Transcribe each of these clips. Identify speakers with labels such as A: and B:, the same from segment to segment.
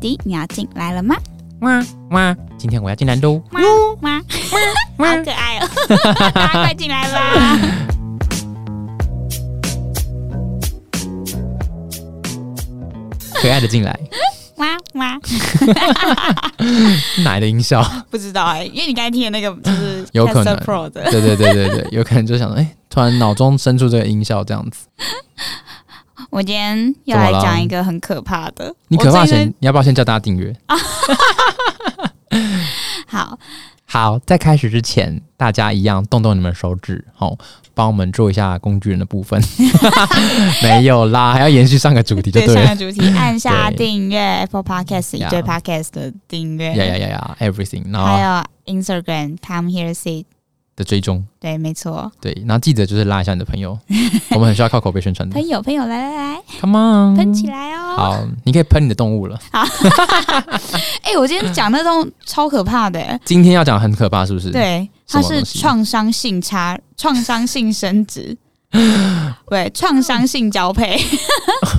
A: 迪，你要进来了吗？
B: 哇哇！今天我要进来喽！
A: 哇 哇哇！好可爱 哦！大家快进来吧！
B: 可爱的 进来，
A: 哇哇！
B: 哪来的音 效？
A: 不知道哎、因为你刚才听的 那个就是
B: 有可能
A: Tester Pro 的，
B: 对对对对对，有可能就想说，哎、突然脑中生出这个音效这样子。
A: 我今天要来
B: 怎么了
A: 讲一个很可怕的。
B: 你可怕
A: 我最近
B: 先，你要不要先叫大家订阅？
A: 好，
B: 好，在开始之前，大家一样动动你们手指，好、帮我们做一下工具人的部 分。 没有啦，还要延续上个主题就
A: 对
B: 对
A: 上个
B: 了。
A: 主 题，按下
B: 对
A: 订阅 Apple Podcast 一
B: 呀
A: 对 Podcast 的订阅
B: 呀呀呀呀，everything，然后
A: 还有 Instagram Come Here See，
B: 的追踪，
A: 对，没错，
B: 对，然后记得就是拉一下你的 朋友，我们很需要靠口碑宣传的
A: 朋。友朋友来来来，
B: Come on，
A: 喷起来哦！
B: 嗯好，你可以喷你的动物了。
A: 哎、我今天讲那种超可怕的、欸，
B: 今天要讲很可怕，是不是？，
A: 对，它
B: 什么
A: 是
B: 东西
A: 创伤性差、 创伤性生殖，对，创伤性交配，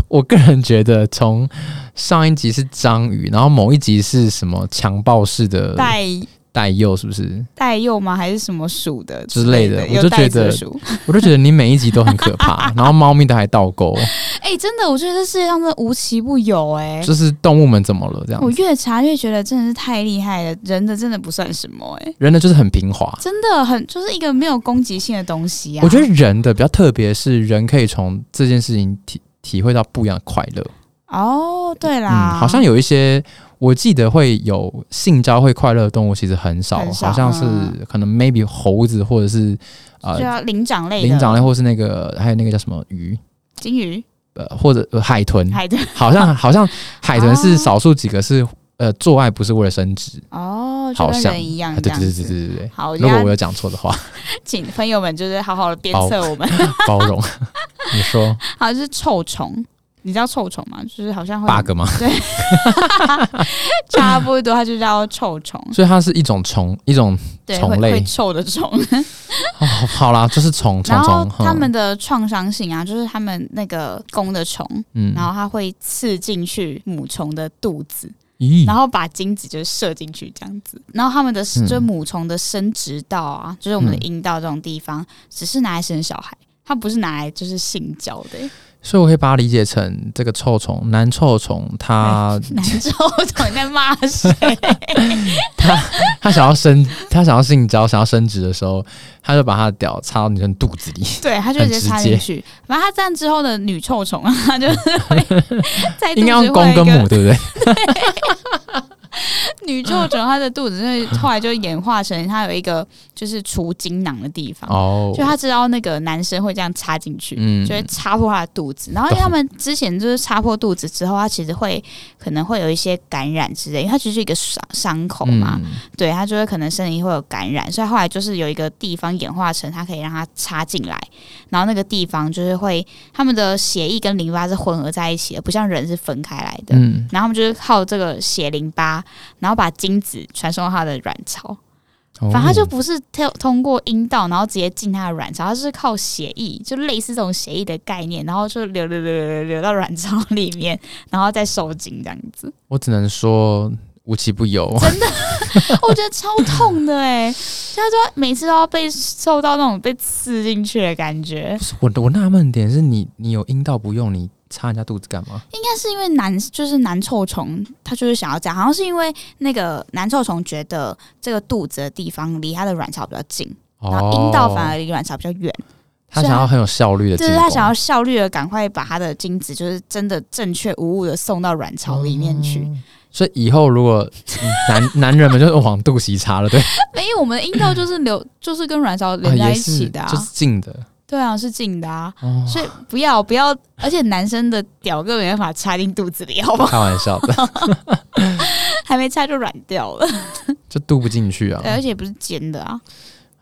B: 我个人觉得从上一集是章鱼，然后某一集是什么强暴式的
A: 带
B: 带幼，是不是？
A: 带幼吗？还是什么属的
B: 之类的我
A: 有
B: 就
A: 带
B: 觉
A: 子的
B: 得
A: 属。
B: 我就觉得你每一集都很可 怕，然后猫咪都还倒钩，
A: 哎、真的，我觉得这世界上真的无奇不有哎、
B: 就是啊动物们怎么了这样
A: 我
B: 子？
A: 越查越觉得真的是太厉害了，人的真的不算什么哎、
B: 人呢就是很平滑。
A: 真的很就是一个没有攻击性的东西啊。
B: 我觉得人的比较特别是，人可以从这件事情体体会到不一样的快乐。
A: 哦，对啦，
B: 嗯，好像有一些我记得会有性交会快乐的动物，其实很少，
A: 很少
B: 好像是、
A: 嗯
B: 可能 maybe 猴子或者是呃
A: 就要灵长类的
B: 灵长类，或是那个还有那个叫什么鱼，
A: 金鱼、
B: 呃，或者、呃、海豚，
A: 海豚
B: 好像好像海豚
A: 哦
B: 是少数几个是、呃做爱不是为了生殖，
A: 哦，就
B: 好
A: 跟
B: 像
A: 人一样
B: 啊
A: 这
B: 对
A: 样
B: 对
A: 子。
B: 对对对对对。
A: 好，我
B: 如
A: 就
B: 果我
A: 要
B: 有讲错 的话，
A: 请朋友们就是好好的鞭策我们。
B: 包容。 你说
A: 好，就是臭虫，你知道臭虫吗？就是好像会
B: bug 吗？
A: 差不多，它就叫臭虫，
B: 所以它是一种虫，一种
A: 对，
B: 虫
A: 会
B: 类
A: 会臭的虫。
B: 哦，好啦，就是虫虫
A: 然后
B: 虫。嗯
A: 它们的创伤性啊，就是它们那个公的虫，
B: 嗯
A: 然后它会刺进去母虫的肚子，
B: 咦
A: 然后把精子就射进去这样子。然后它们的
B: 嗯
A: 就是母虫的生殖道啊，就是我们的
B: 嗯
A: 阴道这种地方，只是拿来生小孩，它不是拿来就是性交的、欸。
B: 所以我可以把它理解成这个臭虫，男臭虫，他
A: 难受，我怎么在骂谁？
B: 他想要生，他想要性交，想要生殖的时候，他就把他的屌插到女生肚子里。
A: 对，他就直接插进去。反正他这样之后的女臭虫啊， 她就是会在哎肚
B: 应该用
A: 子会
B: 公
A: 有
B: 跟
A: 一
B: 母，
A: 个
B: 对不对？
A: 女臭虫，她的肚子会后来就演化成她有一个就是除精囊的地方，
B: 哦，
A: 就她知道那个男生会这样插进去。
B: 嗯
A: 就会插破她的肚子，然后因为他们之前就是插破肚子之后，她其实会可能会有一些感染之类，因为它只是一个伤伤口嘛，
B: 嗯
A: 对，它就会可能身体会有感染，所以后来就是有一个地方演化成它可以让它插进来，然后那个地方就是会他们的血液跟淋巴是混合在一起的，不像人是分开来的。
B: 嗯，
A: 然后他们就是靠这个血淋巴，然后把精子传送到它的卵巢。
B: 反
A: 反正它就不是通通过阴道，然后直接进它的卵巢，它是靠血液，就类似这种血液的概念，然后就流流流流流流到卵巢里面，然后再受精这样子。
B: 我只能说无奇不有。
A: 我觉得超痛的哎、他说每次都要被受到那种被刺进去的感觉，
B: 不是 我我纳闷的点是你你有阴道不用，你插人家肚子干嘛？
A: 应该是因为男就是男臭虫，他就是想要这样，好像是因为那个男臭虫觉得这个肚子的地方离他的卵巢比较近，
B: 哦
A: 然后阴道反而离卵巢比较远，
B: 他想要很有效率的
A: 就
B: 进
A: 是
B: 攻，
A: 他想要效率的赶快把他的精子就是真的正确无误的送到卵巢里面去。
B: 哦所以以后如果嗯男 男人们就是往肚脐插了，对，
A: 没有，我们的阴道就是流，就是跟卵巢连
B: 啊
A: 在
B: 也
A: 一
B: 是
A: 起的、啊，
B: 就是近的。
A: 对啊，是近的啊。
B: 哦，
A: 所以不要不要，而且男生的屌根本没办法插进肚子里，好不好？
B: 开玩笑的，
A: 还没插就软掉了，
B: 就渡不进去啊
A: 对，。而且也不是尖的啊，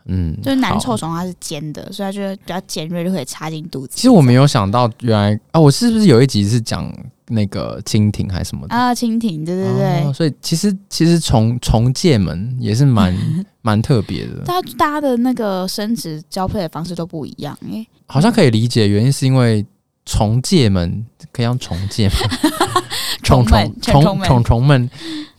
B: 嗯，
A: 就是男
B: 好
A: 臭虫它是尖的，所以它就会比较尖锐，就可以插进肚子。
B: 其实我没有想到，原来啊，我是不是有一集是讲那个蜻蜓还是什么的？
A: 啊，蜻蜓，对对对，
B: 哦所以其实其实虫虫界们也是蛮 蛮特别的，
A: 大家大家的那个生殖交配的方式都不一样哎、
B: 好像可以理解，原因是因为虫界们可以让虫界吗？
A: 虫
B: 虫
A: 们，
B: 虫
A: 虫们
B: 虫虫们，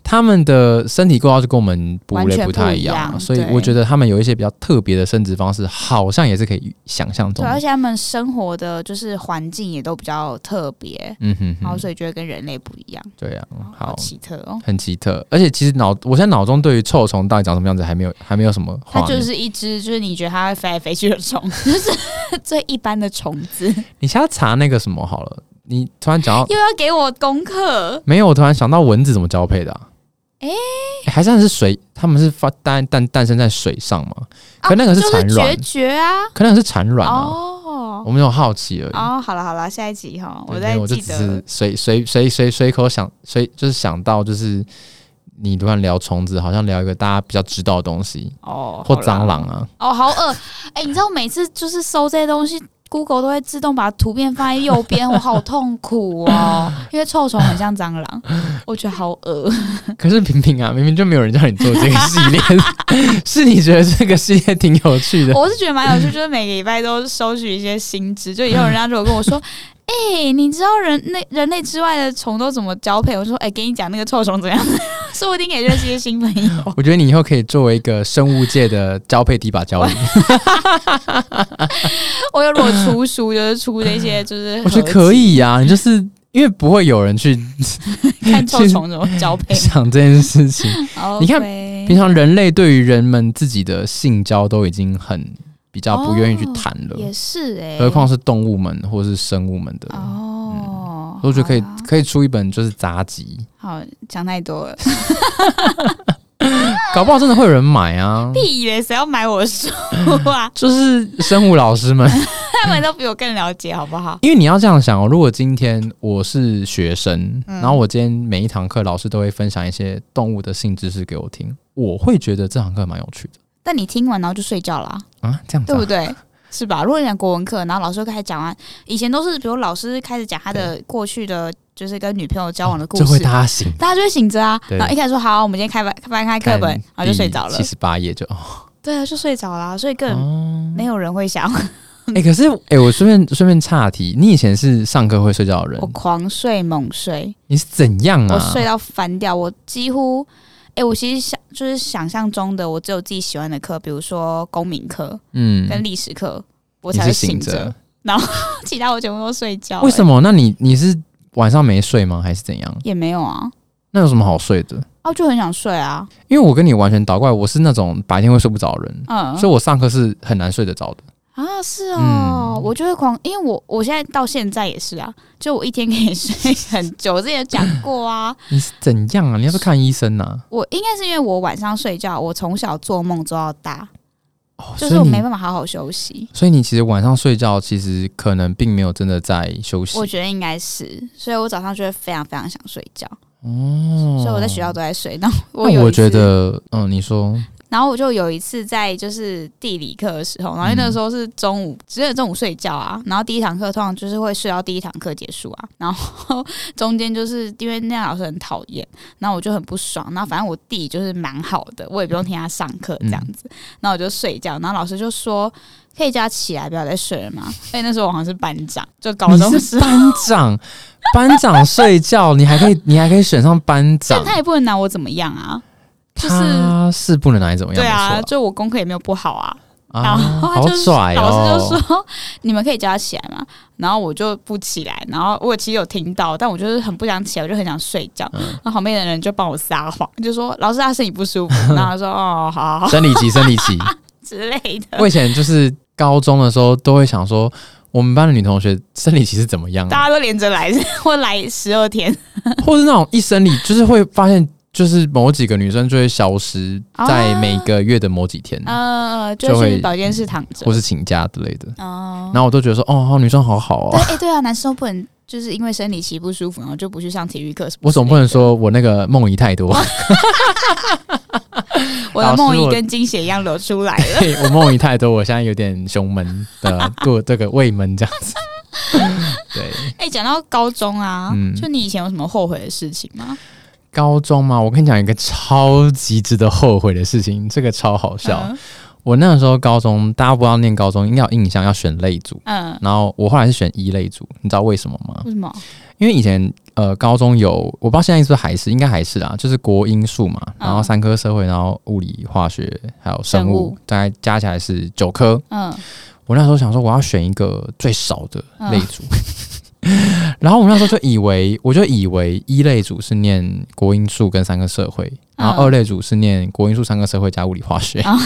B: 他们的身体构造就跟我们哺乳
A: 完
B: 类
A: 全
B: 不太
A: 不一
B: 一样啊，
A: 样
B: 所以
A: 对
B: 我觉得他们有一些比较特别的生殖方式，好像也是可以想象中
A: 对，啊
B: 的
A: 而且他们生活的就是环境也都比较特别，
B: 嗯哼
A: 然后
B: 哼，
A: 所以就会跟人类不一样，
B: 对啊，好，
A: 奇特哦。
B: 很奇特。而且其实脑，我现在脑中对于臭虫到底长什么样子还没有还没有什么画
A: 它
B: 面。
A: 就是一只，就是你觉得它会飞来飞去的虫， 就是最一般的虫子。
B: 你先查那个什么好了，你突然讲到
A: 又要给我功课，哦
B: 没有，我突然想到蚊子怎么交配的、啊？
A: 诶
B: 诶还算是水，他们是发诞诞诞生在水上嘛？
A: 哦
B: 可那个
A: 就是
B: 产卵
A: 是决绝啊。
B: 可能是产卵啊，
A: 哦
B: 我们有好奇而已。
A: 哦，好了好了，下一集哈，
B: 对
A: 我
B: 没
A: 再
B: 有我就
A: 记
B: 只
A: 得
B: 是。随随随随随口想，随就是想到就是你突然聊虫子，好像聊一个大家比较知道的东西，
A: 哦，
B: 或
A: 好啦
B: 蟑螂啊。
A: 哦，好饿！哎、你知道每次就是搜这些东西，Google 都会自动把图片放在右 边，我好痛苦哦，因为臭虫很像蟑 螂，我觉得好恶。
B: 可是平平啊，明明就没有人叫你做这个系 列，是你觉得这个系列挺有趣的。
A: 我是觉得蛮有趣，就是每个礼拜都收取一些新知，就以后人家如果跟 我说。哎、你知道人类人类之外的虫都怎么交配？我说，哎、给你讲那个臭虫怎样， 说不定可以认识一些新朋友。
B: 我觉得你以后可以作为一个生物界的交配第把交椅，
A: 我又如果出书，就是出这 些，就是
B: 我觉得可以呀、你就是因为不会有人去
A: 合 集看臭虫怎 么交配。
B: 想这件事情。 你看
A: OK
B: 平常人类对于人们自己的性交都已经很比较不愿意去谈了，
A: 哦也是哎、
B: 何况是动物们或是生物们的。
A: 哦，
B: 我觉得可嗯以
A: 好啦，
B: 可以出一本就是杂集，
A: 好讲太多 了，
B: 搞不好真的会有人买啊！？
A: 屁嘞，谁要买我的书啊
B: 就是生物老师们，
A: 他们都比我更了解，好不好？
B: 因为你要这样想哦，如果今天我是学生，然后我今天每一堂课老师都会分享一些动物的性知识给我听，我会觉得这堂课蛮有趣的
A: 但你听完然后就睡觉了啊、
B: 啊，这样 子、
A: 对
B: 啊
A: 不。对？是吧？如果你讲国文课，然后老师就开始讲完，以前都是比如老师开始讲他的过去的，就是跟女朋友交往的故
B: 哦就会
A: 事，
B: 大家醒，
A: 大家就会醒着啊。
B: 对
A: 然后一开始说好，我们今天开翻翻开课本，然后就睡着了
B: 七。十八页就哦，
A: 对啊，就睡着了啊、所以更没有人会想
B: 哎、可是哎、我顺便顺便岔题，你以前是上课会睡觉的人
A: 我，狂睡猛睡，
B: 你是怎样啊？
A: 我睡到翻掉，我几乎，哎、我其实想就是想象中的，我只有自己喜欢的课，比如说公民课
B: 嗯，
A: 跟历史课，我
B: 你
A: 才
B: 是
A: 会
B: 醒
A: 醒
B: 着
A: 着，， 哎其他我全部都睡觉、
B: 为什
A: 么
B: 么？那你你是晚上没睡吗？还是怎样？
A: 也没有啊？
B: 那有什么好睡的？
A: 哦，就很想睡啊，
B: 因为我跟你完全倒过来，我是那种白天会睡不着的人，
A: 嗯，
B: 所以我上课是很难睡得着的。
A: 啊，是哦，
B: 嗯
A: 我就会狂，因为我我现在到现在也是啊，就我一天可以睡很久，我之前有讲过 啊，
B: 你是怎样啊？你要不要看医生啊呐、
A: 我应该是因为我晚上睡觉，我从小做梦做到大，
B: 哦，
A: 就
B: 所
A: 是
B: 以
A: 我
B: 你
A: 没办法好好休息。
B: 所以你其实晚上睡觉，其实可能并没有真的在休息
A: 我。觉得应该是，所以我早上就会非常非常想睡觉，
B: 哦
A: 所以我在学校都在睡。然后我
B: 那
A: 有
B: 我
A: 一次
B: 觉，得，嗯，你说，
A: 然后我就有一次在就是地理课的时候，然后因为那个时候是中午，只有中午睡觉啊。然后第一堂课通常就是会睡到第一堂课结束啊，然后中间就是因为那样老师很讨厌，然后我就很不爽。然后反正我弟就是蛮好的，我也不用听他上课这
B: 嗯
A: 样子。然后我就睡觉，然后老师就说。可以叫他起来，不要再睡了吗？而且那时候我好像是班长，就高中时
B: 你是
A: 候，
B: 班长， 班长睡觉，你还可以，你还可以选上班
A: 但
B: 长，
A: 他也不能拿我怎么样啊。就是
B: 他是不能拿你怎么样，
A: 对啊，
B: 没错
A: 就我功课也没有不好啊。
B: 啊，
A: 然后他
B: 好
A: 就是、
B: 拽
A: 老师就
B: 哦，
A: 说：“你们可以叫他起来嘛。”然后我就不起来。然后我其实有听到，但我就是很不想起来，我就很想睡觉。
B: 嗯
A: 然后旁边的人就帮我撒谎，就说：“老师，他身体不舒服。” 然后他说：“哦，好好好
B: 生理期，生理期。
A: 之类的。
B: 我以前就是高中的时候，都会想说，我们班的女同学生理期是怎么样、”啊，
A: 大家都连着来， 或来十二天，
B: 或是那种一生理，就是会发现，就是某几个女生就会消失在
A: 啊
B: 每个月的某几天，
A: 呃，
B: 嗯就
A: 就
B: 会
A: 去保健室躺着
B: 或。是请假之类的。
A: 哦
B: 然，后我都觉得说，哦，女生好好
A: 对，
B: 哦。
A: 哎，对啊，男生都不能就是因为生理期不舒服，然后就不去上体育课什么之类的。
B: 我总不能说我那个梦遗太多，
A: 我
B: 老
A: 的
B: 师
A: 梦遗
B: 我
A: 跟精血一样流出 来了。
B: 嘿我梦遗太多，我现在有点胸闷的，过这个胃闷这样 子。对，
A: 哎、讲到高中啊，
B: 嗯
A: 就你以前有什么后悔的事情吗？
B: 高中嘛，我跟你讲一个超级值得后悔的事情，这个超好笑。
A: 嗯
B: 我那个时候高中，大家不知道念高中应该有印象要选类组，
A: 嗯，嗯，嗯
B: 然后我后来是选一类组，你知道为什么吗？
A: 为什么？
B: 因为以前呃高中有，我不知道现在是不是还是，应该还是啦，就是国英数嘛，
A: 嗯
B: 然后三科社会，然后物理、化学还有生
A: 生
B: 物
A: 物，
B: 大概加起来是九科。
A: 嗯，
B: 我那时候想说，我要选一个最少的
A: 嗯
B: 类组。 然后我那时候就以为，我就以为一类组是念国英数跟三个社会，然后
A: 嗯
B: 二类组是念国英数、三个社会加物理化学。
A: 哦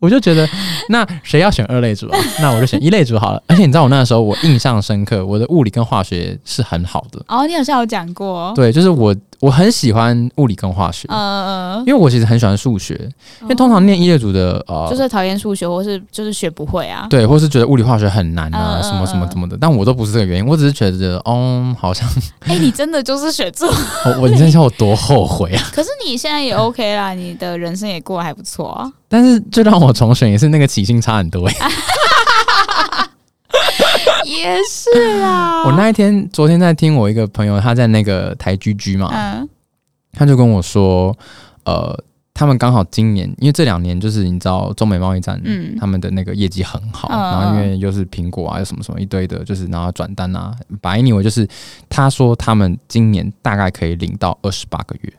B: 我就觉得，那谁要选二类组啊？那我就选一类组好了。而且你知道，我那时候我印象深刻，我的物理跟化学是很好的。
A: 哦，你好像有讲过，哦
B: 对，就是我我很喜欢物理跟化学，
A: 呃，
B: 因为我其实很喜欢数学。因为通常念一类组的呃，
A: 就是讨厌数学，或是就是学不会啊。
B: 对，或是觉得物理化学很难啊，
A: 嗯嗯
B: 什么什么
A: 嗯
B: 什么的。但我都不是这个原因，我只是觉得，哦，好像
A: 哎、你真的就是选错，
B: 我我你真想我多后悔啊！
A: 可是你现在也 OK 啦，你的人生也过得还不错啊。
B: 但是最让我重选也是那个起薪差很多、欸。
A: 也是啊，
B: 嗯我那一天昨天在听我一个朋友，他在那个台居居嘛，
A: 嗯
B: 他就跟我说，呃，他们刚好今年，因为这两年就是你知道中美贸易战，
A: 嗯
B: 他们的那个业绩很好，
A: 嗯
B: 然后因为又是苹果啊，又什么什么一堆的，就是然后转单啊，白 anyway 就是他说他们今年大概可以领到二十八个月，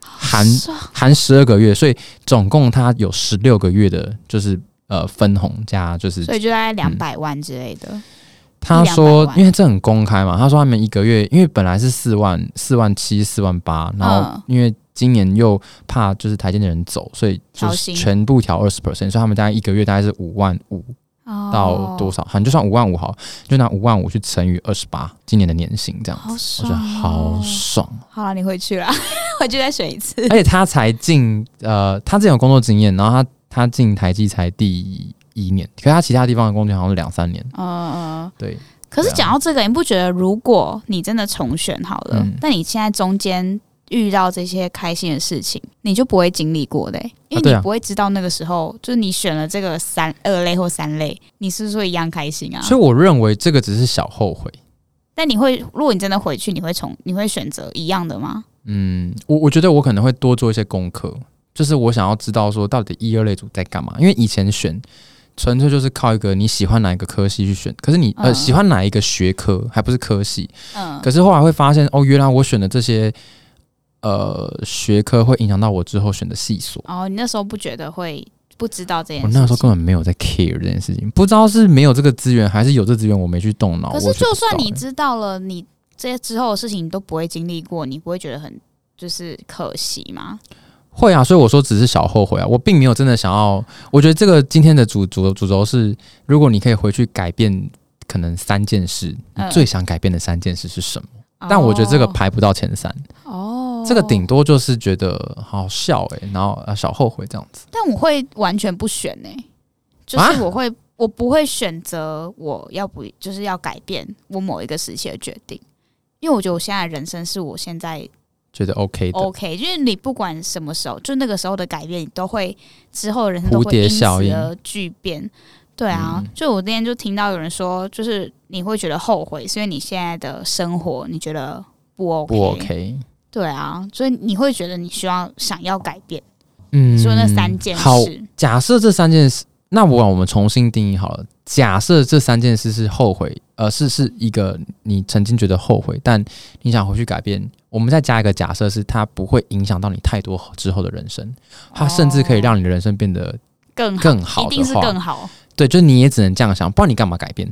B: 含
A: 爽
B: 含十二个月，所以总共他有十六个月的，就是呃分红加就是
A: 所以就大概
B: 嗯
A: 两百万之类的。
B: 他
A: 100
B: 说，
A: 万
B: 因为这很公开嘛，他说他们一个月，因为本来是四万、四万七、四万八，然后
A: 嗯
B: 因为今年又怕就是台积的人走，所以就
A: 调
B: 是
A: 薪
B: 全部调二十 percent，所以他们大概一个月大概是五万五
A: 哦
B: 到多少，好、像就算五万五好，就拿五万五去乘以二十八，今年的年薪这样子，
A: 好
B: 我觉得
A: 爽、
B: 好爽。
A: 好哦了，你回去啦， 回去再选一次。
B: 而且他才进呃，他之前有工作经验，然后他他进台积才第一年，可是他其他地方的工作好像是两三年，
A: 嗯嗯。
B: 对，
A: 可是
B: 对啊
A: 讲到这个，你不觉得如果你真的重选好了，
B: 嗯
A: 但你现在中间遇到这些开心的事情，你就不会经历过的欸、因
B: 啊
A: 为
B: 对
A: 你
B: 啊
A: 不会知道那个时候，就是你选了这个三二类或三类，你是不是会一样开心啊？
B: 所以我认为这个只是小后悔。
A: 但你会，如果你真的回去，你会重，你会选择一样的吗？
B: 嗯，我我觉得我可能会多做一些功课，就是我想要知道说到底一二类组在干嘛，因为以前选纯粹就是靠一个你喜欢哪一个科系去选，可是你呃
A: 嗯
B: 喜欢哪一个学科还不是科系，
A: 嗯，
B: 可是后来会发现哦，原来我选的这些呃学科会影响到我之后选的系所。
A: 哦，你那时候不觉得会不知道这件
B: 我
A: 事
B: 那
A: 情？
B: 时候根本没有在 care 这件事情，不知道是没有这个资源，还是有这资源我没去动脑。
A: 可
B: 我
A: 是
B: 觉得
A: 就算
B: 不知
A: 你
B: 道欸
A: 知道了，你这些之后的事情你都不会经历过，你不会觉得很就是可惜吗？
B: 会啊，所以我说只是小后悔啊，我并没有真的想要。我觉得这个今天的主主主轴是，如果你可以回去改变可能三件事，你
A: 嗯
B: 最想改变的三件事是什么？但我觉得这个
A: 哦
B: 排不到前三，
A: 哦，
B: 这个顶，多就是觉得好笑诶、然后呃小后悔这样子。
A: 但我会完全不选呢、就是
B: 啊
A: 我会、我不会选择我要不就是要改变我某一个时期的决定，因为我觉得我现在的人生是我现在
B: 觉得 OK 的，
A: OK，就是你不管什么时候，就那个时候的改变，你都会之后的人生都
B: 蝴
A: 会
B: 蝶
A: 因此
B: 效应嗯
A: 而巨变。对啊，就我那天就听到有人说，就是你会觉得后悔，是因为你现在的生活你觉得不 OK，,
B: 不 OK？
A: 对啊，所以你会觉得你需要想要改变，
B: 嗯，
A: 所以那三件
B: 好，
A: 事，
B: 假设这三件事，那我我们重新定义好了。假设这三件事是后悔，呃，是是一个你曾经觉得后悔，但你想回去改变。我们再加一个假设，是它不会影响到你太多之后的人生，它甚至可以让你的人生变得
A: 更
B: 更好
A: 哦一定
B: 的
A: 是
B: 话，
A: 更好。
B: 对，就是你也只能这样想，不然你干嘛改变？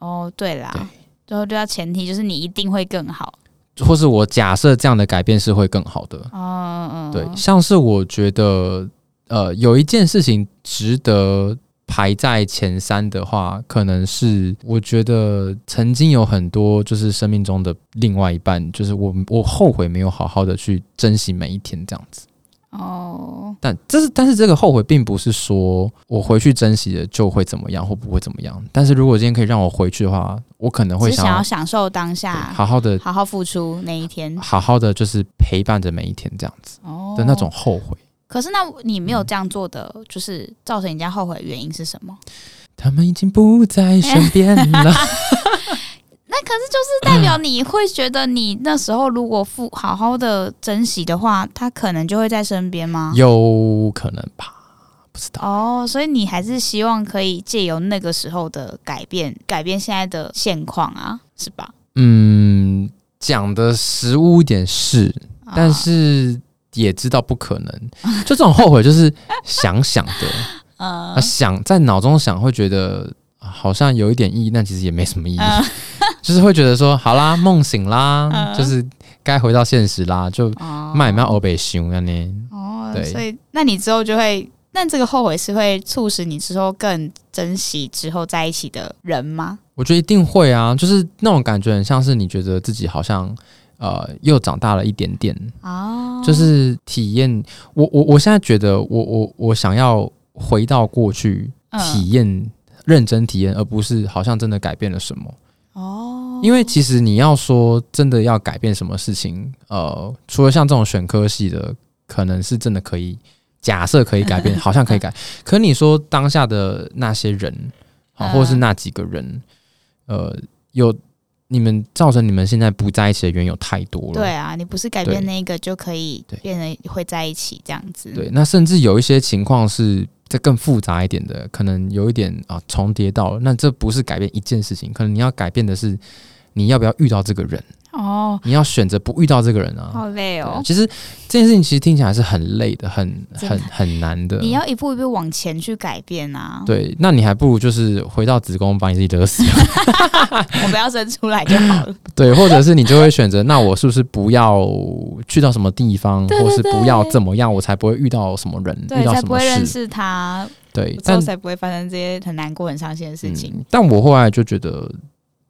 A: 哦，对啦
B: 对，
A: 最后对要前提就是你一定会更好。
B: 或是我假设这样的改变是会更好的，
A: 嗯嗯，
B: 对，像是我觉得，呃，有一件事情值得排在前三的话，可能是我觉得曾经有很多就是生命中的另外一半，就是我我后悔没有好好的去珍惜每一天这样子。
A: 哦，
B: 但这是，但是这个后悔并不是说我回去珍惜了就会怎么样或不会怎么样。但是如果今天可以让我回去的话，我可能会
A: 只是
B: 想
A: 想
B: 要
A: 要享受当
B: 对
A: 下，
B: 好好的、
A: 好好付出那一天。
B: 好好的，就是陪伴着每一天这样子
A: 哦
B: 的那种。后悔。
A: 可是，那你没有这样做的，
B: 嗯
A: 就是造成人家后悔的原因是什么？
B: 他们已经不在身边了。
A: 那可是就是代表你会觉得，你那时候如果付好好的珍惜的话，他可能就会在身边吗？
B: 有可能吧，不知道。
A: 哦，所以你还是希望可以借由那个时候的改变，改变现在的现况啊，是吧？
B: 嗯，讲的实务一点是，
A: 啊哦
B: 但是也知道不可能。就这种后悔，就是想想的，
A: 啊，
B: 啊，想在脑中想会觉得啊好像有一点意义，但其实也没什么意义，
A: 嗯
B: 就是会觉得说好啦，梦醒啦，
A: 嗯
B: 就是该回到现实啦，就
A: 呃
B: 卖卖欧北熊啊呢。
A: 哦，
B: 对
A: 所以那你之后就会，那这个后悔是会促使你之后更珍惜之后在一起的人吗？
B: 我觉得一定会啊，就是那种感觉很像是你觉得自己好像呃又长大了一点点，
A: 哦，
B: 就是体验。我我我现在觉得我我我想要回到过去
A: 嗯
B: 体验。认真体验，而不是好像真的改变了什么。
A: 哦，
B: 因为其实你要说真的要改变什么事情，呃，除了像这种选科系的，可能是真的可以假设可以 改变，好像可以改。可你说当下的那些人，啊，
A: 嗯
B: 或是那几个人，呃，有你们造成你们现在不在一起的缘由太多了。
A: 对啊，你不是改变
B: 对
A: 那个就可以
B: 对
A: 变得会在一起这样子。
B: 对，那甚至有一些情况是再更复杂一点的，可能有一点啊重叠到了。那这不是改变一件事情，可能你要改变的是你要不要遇到这个人，
A: 哦，
B: 你要选择不遇到这个人啊。
A: 好累
B: 对
A: 哦
B: 啊，其实这件事情其实听起来是很累的，很
A: 真的
B: 很很难的。
A: 你要一步一步往前去改变啊。，
B: 对，那你还不如就是回到子宫把你自己勒死，啊
A: 我不要生出来就好了。
B: 对，或者是你就会选择，那我是不是不要去到什么地方，
A: 对对
B: 或是不
A: 对
B: 要怎么样，我才不会遇到什么人，遇
A: 对，
B: 到
A: 才
B: 什
A: 不
B: 么
A: 会认
B: 事，
A: 识他，
B: 对，
A: 之后
B: 但
A: 才不会发生这些很难过、很伤心的事情。
B: 嗯。但我后来就觉得，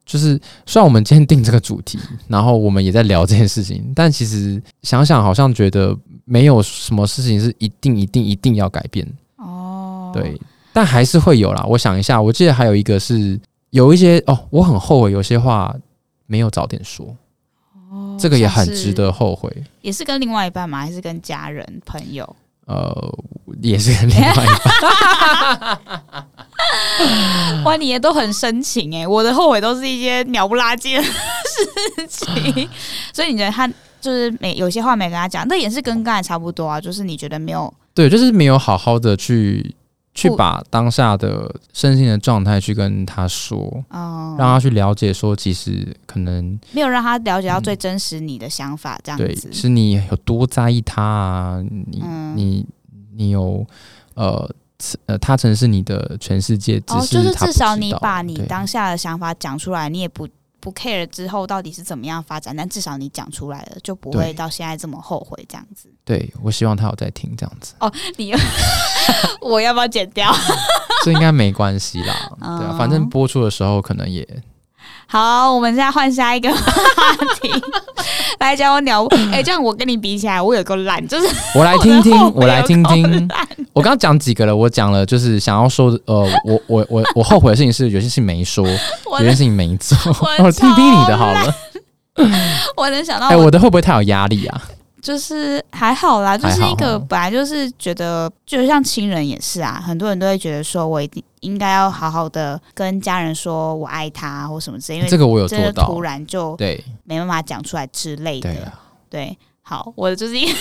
B: 就是虽然我们今天定这个主题，然后我们也在聊这件事情，但其实想想好像觉得没有什么事情是一定一定一定要改变。
A: 哦，
B: 嗯对，但还是会有啦。我想一下，我记得还有一个是有一些哦，我很后悔有些话没有早点说，
A: 哦，
B: 这个也
A: 像
B: 很
A: 是
B: 值，得后悔。
A: 也是跟另外一半吗？还是跟家人、朋友？
B: 呃，也是跟另外一半
A: 哇，你也都很深情哎、我的后悔都是一些鸟不拉几的事情， 所以你觉得他就是没有些话没跟他讲，那也是跟刚才差不多啊，就是你觉得没有
B: 对，就是没有好好的去去
A: 不
B: 把当下的身心的状态去跟他说，
A: 嗯，
B: 让他去了解说，其实可能
A: 没有让他了解到最真实你的想法这样
B: 嗯对
A: 子，
B: 是你有多在意他啊，你、
A: 嗯
B: 你你有呃。呃，他曾是你的全世界，只
A: 哦，
B: 是、
A: 就是至少你把你
B: 对
A: 当下的想法讲出来，你也不。不 care 之后到底是怎么样发展，但至少你讲出来了，就不
B: 对
A: 会到现在这么后悔这样子。
B: 对，我希望他有在听这样子，
A: 你我要不要剪掉？
B: 这应该没关系啦。对啊，反正播出的时候可能也
A: 好，我们现在换下一个 话题，来讲我 鸟屋。哎、这样我跟你比起来，我有够烂，就是
B: 我来听
A: 我
B: 听
A: 的后，悔
B: 我来听
A: 有够
B: 听。
A: 烂
B: 我刚刚讲几个了，我讲了就是想要说的，呃，我我我我后悔的事情是有些事情没说，有
A: 我
B: 些
A: 能
B: 事情没做。
A: 我
B: 我听听你的好了。
A: 我能想到
B: 哎，
A: 我，
B: 我的会不会太有压力啊？
A: 就是还好啦，就是一
B: 还好嗯
A: 个
B: 哈
A: 本来就是觉得，就像亲人也是啊，很多人都会觉得说我一定应该要好好的跟家人说我爱他或什么之类，因为
B: 这个我有
A: 真
B: 做
A: 的
B: 到
A: 突，然就
B: 对
A: 没办法讲出来之类的
B: 对。啊，
A: 对，好，我就是一个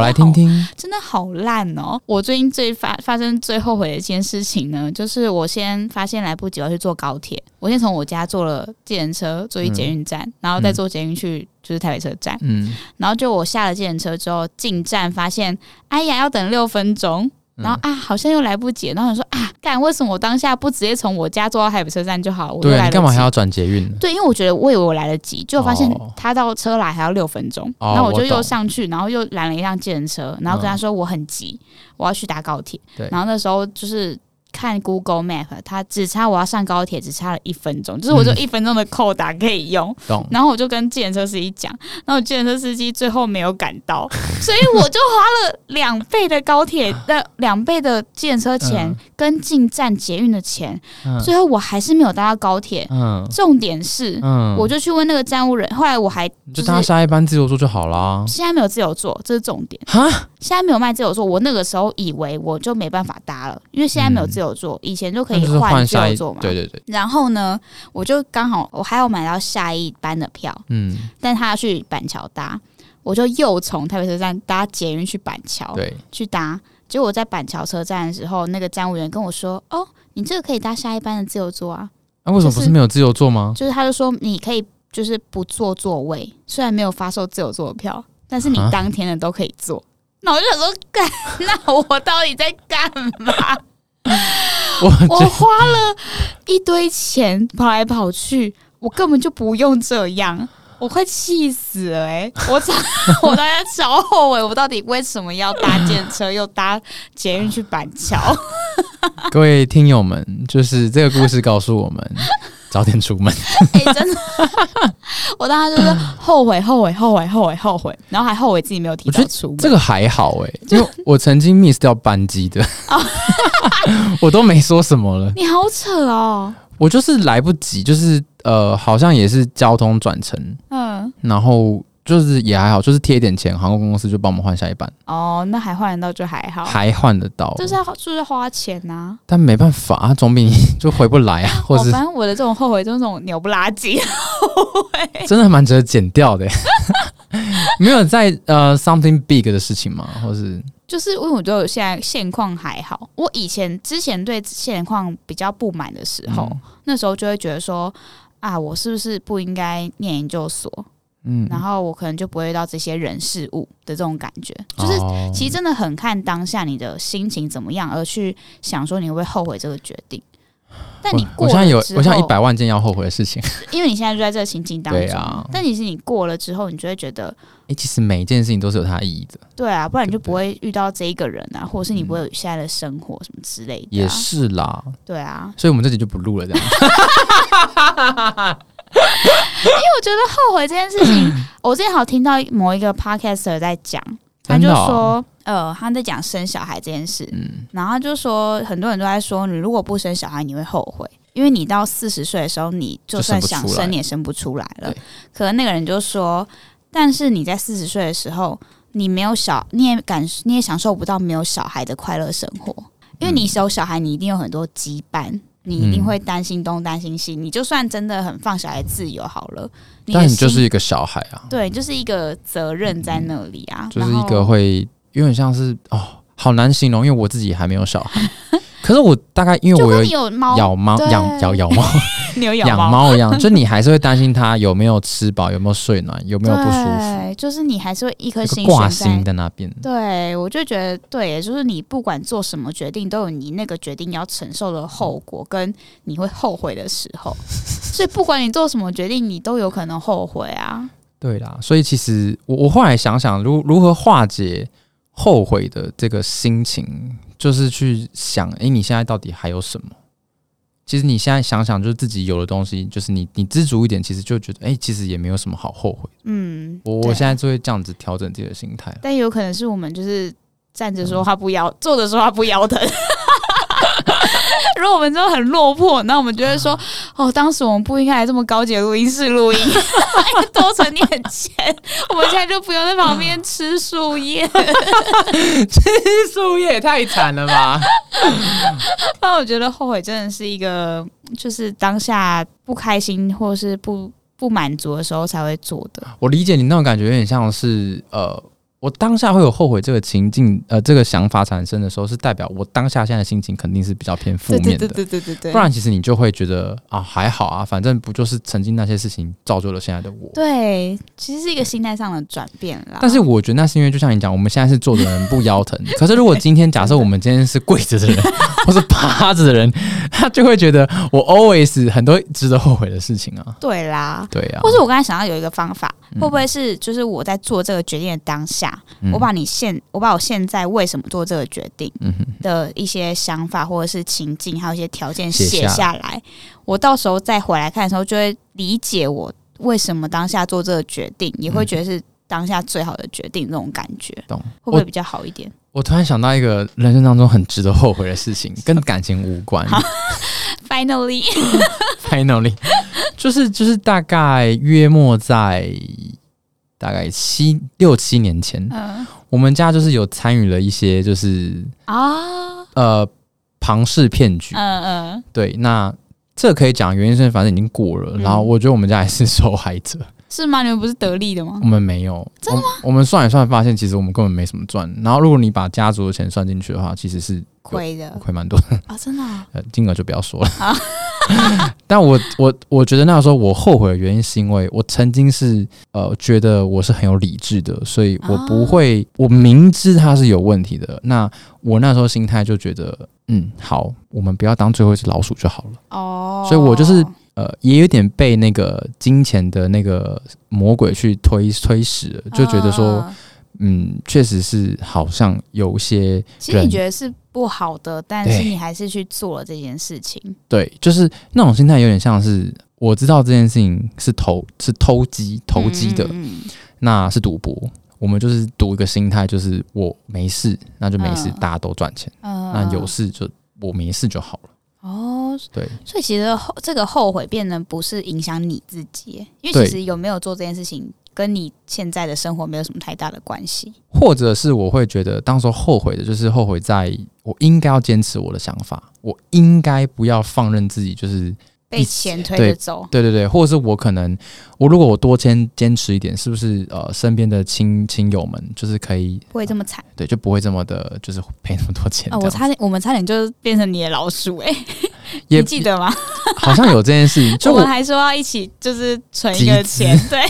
B: 来听听。
A: 真的好烂哦！我最近最发发生最后悔的一件事情呢，就是我先发现来不及我要去坐高铁，我先从我家坐了计程车坐去捷运站，然后再坐捷运去就是台北车站，
B: 嗯，
A: 然后就我下了计程车之后进站发现，哎呀要等六分钟。
B: 嗯
A: 然后啊，好像又来不及，然后想说啊，干，为什么我当下不直接从我家坐到台北车站就好？我又
B: 对啊，
A: 来
B: 你
A: 得
B: 干嘛
A: 及
B: 还要转捷运呢？
A: 对，因为我觉得我以为我来得及，结果发现
B: 哦
A: 他到车来还要六分钟，
B: 哦
A: 然后我就
B: 我懂嗯
A: 又上去，然后又拦了一辆计程车，然后跟他说我很急，我要去搭高铁
B: 对。
A: 然后那时候就是看 Google Map，他只差我要上高铁只差了一分钟，就是我就
B: 嗯
A: 一分钟的扣打可以用。
B: 懂？
A: 然后我就跟计程车司机讲，然后计程车司机最后没有赶到，所以我就花了两倍的高 铁的两倍的计程车钱、
B: 嗯
A: 跟进站捷运的钱，
B: 嗯
A: 最后我还是没有搭到高铁。
B: 嗯
A: 重点是，
B: 嗯，
A: 我就去问那个站务人，后来我还
B: 你
A: 就
B: 就是搭下一班自由座就好啦。
A: 现在没有自由座，这是重点。
B: 哈，
A: 现在没有卖自由座，我那个时候以为我就没办法搭了，因为现在没有自由座，以前就可
B: 那
A: 以
B: 嗯就是
A: 换自
B: 下
A: 由
B: 一，
A: 座嘛。
B: 对对对，
A: 然后呢，我就刚好我还要买到下一班的票，
B: 嗯，
A: 但他要去板桥搭，我就又从台北车站搭捷运去板桥
B: 对，
A: 去搭。结果我在板桥车站的时候，那个站务员跟我说：“哦，你这个可以搭下一班的自由座啊。”
B: 那为什么不
A: 就是
B: 是没有自由座吗？
A: 就是他就说你可以就是不坐座位，虽然没有发售自由座票，但是你
B: 啊
A: 当天的都可以坐。那我就想说，干， 那我到底在干 嘛？
B: 我
A: 我
B: 这
A: 花了一堆钱跑来跑去，我根本就不用这样，我快气死了哎、我操！ 我大家超后悔，我到底为什么要搭电车又搭捷运去板桥？
B: 各位听友们，就是这个故事告诉我 们，早点出门。
A: 哎、真的， 我当时就是后悔，后悔，后悔，后悔，后悔，然后还后悔自己没有提
B: 我觉
A: 早
B: 得
A: 出门。
B: 这个还好哎、因为我曾经 miss 掉班 机的，我都没说什么了，
A: 你好扯哦，
B: 我就是来不及，就是呃，好像也是交通转乘，
A: 嗯，
B: 然后就是也还好，就是贴一点钱，航空公司就帮我们换下一班，
A: 哦，那还换得到就还好，
B: 还换得到，
A: 就是要就是花钱呐、
B: 但没办法啊，总比你 就回不来 啊，
A: 我
B: 或是
A: 哦反正我的这种后悔就是那种鸟不拉几。
B: 真的蛮值得剪掉的、 没有在呃 something big 的事情吗？或是
A: 就是因为我觉得我现在现况还好，我以前之前对现况比较不满的时
B: 嗯
A: 候，那时候就会觉得说啊，我是不是不应该念研究所？
B: 嗯
A: 然后我可能就不会遇到这些人事物的这种感觉，就是。
B: 哦
A: 其实真的很看当下你的心情怎么样，而去想说你会不会后悔这个决定。但你
B: 我
A: 过
B: 我
A: 了
B: 现在有，
A: 之
B: 我现在一
A: 后
B: 百万件要后悔的事情。
A: 因为你现在就在这个情境当
B: 对
A: 中，
B: 啊
A: 但其实你过了之后，你就会觉得，
B: 哎、其实每一件事情都是有它的意义的，
A: 对啊，不然你就
B: 对不对
A: 不会遇到这一个人啊，或者是你不会有现在的生活什么之类的、啊。
B: 也是啦。
A: 对啊，
B: 所以我们这集就不录了，这 样。
A: 我觉得后悔这件事 情，我之前好听到某一个 podcaster 在讲，他
B: 真
A: 就
B: 的哦
A: 说，呃，他在讲生小孩这件事，
B: 嗯，
A: 然后他就说很多人都在说，你如果不生小孩，你会后悔。因为你到四十岁的时候，你就算想
B: 就生不出来
A: 生，你也生不出来了
B: 对。
A: 可能那个人就说，但是你在四十岁的时候，你没有小，你也感，你也享受不到没有小孩的快乐生活。因为你有小孩，你一定有很多羁绊，你一定
B: 嗯
A: 会担心东担心西。你就算真的很放小孩自由好了，你的
B: 但你就
A: 心
B: 是一个小孩啊，
A: 对，就是一个责任在那里啊，
B: 嗯就
A: 然
B: 是一
A: 后
B: 个会有点像是哦，好难形容，因为我自己还没有小 孩。可是我大概因为
A: 就
B: 我
A: 跟
B: 有
A: 你有猫，
B: 养猫、
A: 哦对
B: 养养养猫、
A: 你有
B: 养猫一样，就你还是会担心它有没有吃饱、有没有睡暖、有没有不舒服，
A: 对，就是你还是会一颗
B: 有
A: 心
B: 个
A: 悬
B: 挂
A: 在
B: 心在那边。
A: 对，我就觉得对耶，就是你不管做什么决定，都有你那个决定要承受的后果，跟你会后悔的时 候。所以不管你做什么决定，你都有可能后悔啊。
B: 对啦，所以其实我我后来想想，如如何化解后悔的这个心情，就是去想，诶，你现在到底还有什么？其实你现在想想，就是自己有的东西，就是你你知足一点，其实就觉得，诶，其实也没有什么好后悔。
A: 嗯，
B: 我
A: 对
B: 我现在就会这样子调整自己的心 态。
A: 但有可能是我们就是站着说话不腰，坐着说话不腰疼。 如果我们真的很落魄，那我们就会说：“哦，当时我们不应该来这么高级的录音室录音， 多存点钱，我们现在就不用在旁边吃树叶。
B: 树叶也太惨了吧！”
A: 但我觉得后悔真的是一个，就是当下不开心或是不不满足的时候才会做的。
B: 我理解你那种感觉，有点像是呃，我当下会有后悔这个情境，呃，这个想法产生的时候，是代表我当下现在的心情肯定是比较偏负
A: 对
B: 面的。
A: 对对对对对对，
B: 不然其实你就会觉得啊，还好啊，反正不就是曾经那些事情造就了现在的我。
A: 对，啊其实是一个心态上的转变啦。
B: 但是我觉得那是因为，就像你讲，我们现在是坐着的人不腰疼。 可是如果今天假设我们今天是跪着的 人，或是趴着的人，他就会觉得我 always 很多值得后悔的事情啊。
A: 对啦，
B: 对啊，
A: 或是我刚才想到有一个方法，会不会是就是我在做这个决定的当下，
B: 嗯
A: 我把你现我把我现在为什么做这个决定
B: 嗯哼
A: 的一些想法或者是情境，还有一些条件
B: 写
A: 写
B: 下
A: 下来，我到时候再回来看的时候，就会理解我为什么当下做这个决定，也会觉得是当下最好的决定那种感觉，
B: 嗯懂。
A: 会不会
B: 我
A: 比较好一点？
B: 我突然想到一个人生当中很值得后悔的事情，跟感情无关。
A: Finally，
B: Finally，就是 就是大概约莫在大概七六七年前，
A: 嗯
B: 我们家就是有参与了一些就是
A: 啊，
B: 呃庞氏骗局。
A: 嗯嗯，
B: 对，那这可以讲原因是反正已经过了，
A: 嗯
B: 然后我觉得我们家还是 受害者，
A: 是吗？你们不是得利的吗
B: 我？们没有。真的吗我？我们算一算发现，其实我们根本没什么赚。然后如果你把家族的钱算进去的话，其实是
A: 亏的
B: 亏蛮多的，
A: 啊，真的啊
B: 呃，金额就不要说了。 但我我我觉得那时候我后悔的原因是因为我曾经是呃觉得我是很有理智的，所以我不会，我明知它是有问题的，那我那时候心态就觉得，嗯，好，我们不要当最后一只老鼠就好了。
A: 哦，
B: 所以我就是呃，也有点被那个金钱的那个魔鬼去推推使了，就觉得说，
A: 嗯，
B: 嗯，确实是好像有些
A: 其实
B: 人
A: 你觉得是不好的，但是
B: 对
A: 你还是去做了这件事情。
B: 对，就是那种心态有点像是我知道这件事情是投是投机投机的，
A: 嗯嗯嗯
B: 那是赌博。我们就是赌一个心态，就是我没事，那就没事，
A: 嗯
B: 大家都赚钱。
A: 嗯
B: 那有
A: 嗯
B: 事就我没事就好了。
A: 哦，
B: 对，
A: 所以其实后这个后悔变得不是影响你自己，因为
B: 对
A: 其实有没有做这件事情跟你现在的生活没有什么太大的关系。
B: 或者是我会觉得当时候后悔的，就是后悔在我应该要坚持我的想法，我应该不要放任自己，就是
A: 被
B: 一
A: 钱推
B: 对
A: 着走，
B: 对对对，或者是我可能我如果我多坚坚持一点，是不是呃身边的亲亲友们就是可以
A: 不会这么惨
B: 对就不会这么的，就是赔那么多钱
A: 啊！
B: 这
A: 我
B: 样子、
A: 差点，我们差点就变成你的老鼠哎、
B: 也
A: 你记得吗？
B: 好像有这件事情，就
A: 我
B: 我
A: 们还说要一起就是存一
B: 集
A: 个
B: 资
A: 钱，对，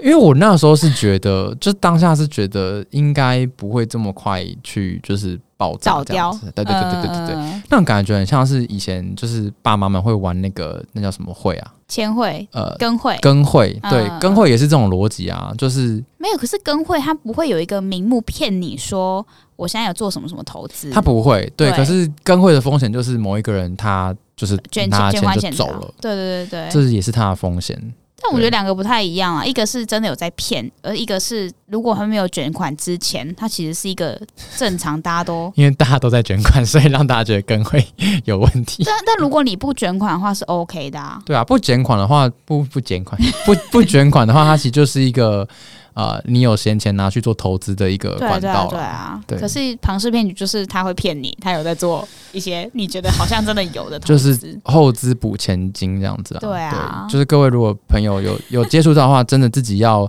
B: 因为我那时候是觉得，就当下是觉得应该不会这么快去就是爆炸
A: 找
B: 这
A: 掉
B: 样 子，对对对对对对对，
A: 嗯，
B: 那种感觉很像是以前就是爸妈们会玩那个那叫什么会啊，
A: 千惠
B: 呃。
A: 跟会
B: 跟会
A: 嗯嗯
B: 对，
A: 嗯
B: 跟会也是这种逻辑啊，就是
A: 没有，可是跟会他不会有一个名目骗你说我现在有做什么什么投资，
B: 他不会对，
A: 嗯对
B: 可是跟会的风险就是某一个人他就是
A: 捐
B: 拿
A: 钱
B: 了
A: 捐款
B: 钱就走了，
A: 对对对对，
B: 这也是他的风险。
A: 但我觉得
B: 对。
A: 两个不太一样啊，一个是真的有在骗，而一个是如果还没有卷款之前，它其实是一个正常大家都
B: 因为大家都在捐款，所以让大家觉得跟会有问题。
A: 但但如果你不卷款的话是 OK 的啊，
B: 对啊，不减款的话，不不减款， 不不减款的话，它其实就是一个呃，你有闲钱拿去做投资的一个
A: 对啊
B: 呃管
A: 对啊
B: 道
A: 对
B: 了。
A: 啊。
B: 对
A: 可是庞氏骗局就是他会骗你，他有在做一些你觉得好像真的有的投
B: 就
A: 资，
B: 是后资补前金这样子啊，
A: 对啊
B: 就是各位如果朋友有有接触到的话，真的自己要，